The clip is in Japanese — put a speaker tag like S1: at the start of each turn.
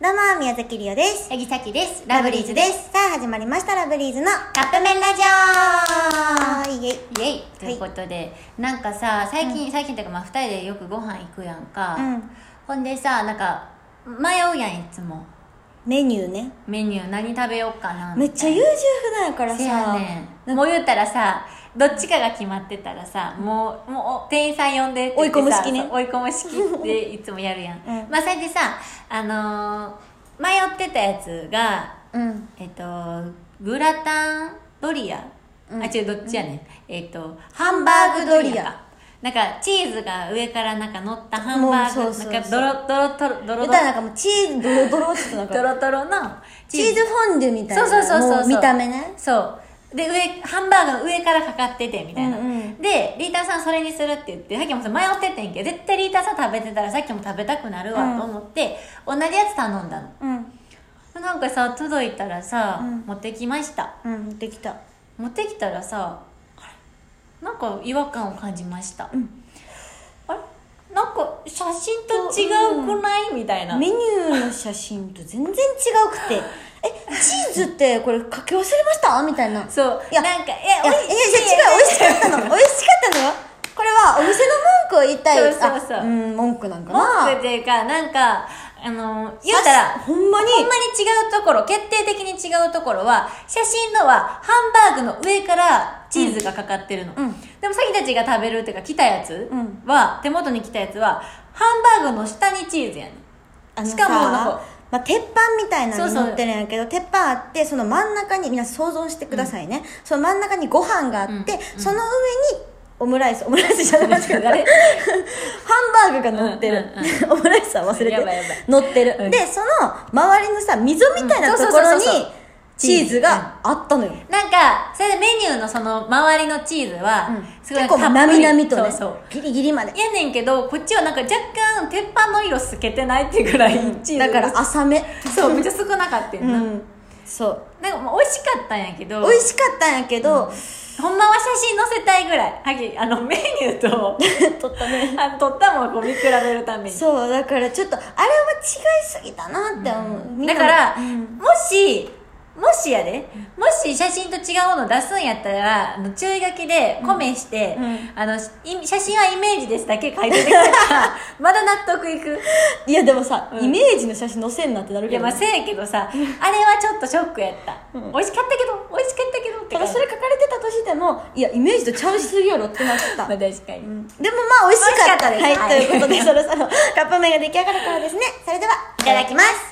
S1: どうも、宮崎りおです。
S2: 八木咲です
S1: ラブリーズです。さあ、始まりました、ラブリーズの。
S2: カップ麺ラジ
S1: はーい、イェイ。
S2: オイエイということで、なんかさ最近、最近というかまあ2人でよくご飯行くやんか、
S1: うん
S2: ほんでさなんか迷うやんいつも
S1: メニューね。
S2: メニュー何食べようかな
S1: めっちゃ優柔不断やから
S2: せや
S1: さ。
S2: ねんもう言うたらさどっちかが決まってたらさもうもう店員さん呼んでって言って
S1: 追
S2: さ
S1: い込む式ね
S2: そう追い込む式っていつもやるやん、
S1: うん
S2: まあそれでさあのー迷ってたやつが
S1: うん。
S2: えっとグラタンドリア、
S1: うん
S2: あ違うどっちやねん、えっとハンバーグドリア
S1: ドリア
S2: かなんかチーズが上からなんか乗ったハンバーグ
S1: もうそうそうそう
S2: なんかドロドロトロドロ
S1: 歌た
S2: ドロ
S1: らなんかもうチーズドロドロってなん
S2: ド
S1: か、
S2: ロドロの
S1: チーズフォンデュみたいな。
S2: そうそうそうそう
S1: も見た目ね。
S2: そうで上ハンバーグの上からかかっててみたいな、
S1: うんうん
S2: でリーターさんそれにするって言ってさっきもさ迷っててんけど絶対リーターさん食べてたらさっきも食べたくなる
S1: う
S2: わ
S1: ん
S2: と思って、同じやつ頼んだの
S1: うん。
S2: なんかさ届いたらさ、
S1: うん
S2: 持ってきました
S1: うん、できた。
S2: 持ってきたらさあれなんか違和感を感じました、あれなんか写真と違うくない、みたいな
S1: メニューの写真と全然違うくて。え、チーズってこれかけ忘れましたみ たいな。
S2: そう
S1: いや
S2: なんか
S1: いやいやいや違う美味しか
S2: えおい
S1: ったの美味しかったのよこれはお店の文句を言いたい
S2: そうそうそう
S1: あうん文句なんかな
S2: 文句っていうかなんかあの言うたら
S1: ほんまに
S2: ほんまに違うところ決定的に違うところは写真のはハンバーグの上からチーズがかかってるの、
S1: うんうん
S2: でもさきたちが食べるっていうか来たやつ
S1: うん
S2: は、手元に来たやつはハンバーグの下にチーズ やねん
S1: あのさ
S2: しかもなんか
S1: まあ、鉄板みたいなのに
S2: そうそう
S1: 乗ってるんやけど鉄板あってその真ん中に皆さん想像してくださいね、その真ん中にご飯があって、
S2: うんうん
S1: その上にオムライスオムライスじゃないですけど
S2: あ
S1: ハ
S2: れ
S1: ンバーグが乗ってる、
S2: う
S1: オムライスは忘れて
S2: やばいやばい
S1: 乗ってる、
S2: うん
S1: でその周りのさ溝みたいな
S2: うん
S1: と
S2: そう
S1: こ
S2: そう
S1: ろ
S2: そう
S1: に
S2: そうそう
S1: チーズがあったのよ、
S2: なんかそれでメニューのその周りのチーズは、すごい
S1: 結構
S2: たっぷ
S1: な
S2: り
S1: みなみとね
S2: そうそう
S1: ギリギリまで
S2: やねんけどこっちはなんか若干鉄板の色透けてないっていうぐらいチーズ
S1: だから浅め
S2: そうめっちゃ少なかったよ
S1: う
S2: な、
S1: んそう
S2: なんかもう美味しかったんやけど
S1: 美味しかったんやけど、
S2: ほんまは写真載せたいぐらいはぎあのメニ ューと
S1: 撮ったね
S2: あの撮ったもんをこう見比べるために
S1: そうだからちょっとあれは違いすぎたなって思う、みんな
S2: だから、
S1: うん
S2: もしもしやでもし写真と違うもの出すんやったらあの注意書きでコメして、
S1: うんうん
S2: あのい写真はイメージですだけ書 いててくれたらまだ納得いく
S1: いやでもさ、
S2: うん
S1: イメージの写真載せんなってなる
S2: い
S1: け
S2: や
S1: ど
S2: まあ
S1: ね、
S2: せやけどさあれはちょっとショックやった、
S1: うん
S2: 美味しかったけど美味しかったけどって
S1: た
S2: 感
S1: だ
S2: じ
S1: それ書かれてたとしてもいやイメージとちゃうしすぎやろってなってた、
S2: まあ確かに、
S1: うんでもまあ美味しかった
S2: 美味しかったで
S1: はい、
S2: すはい
S1: ということでそろそろカップ麺が出来上がるからですねそれではいただきます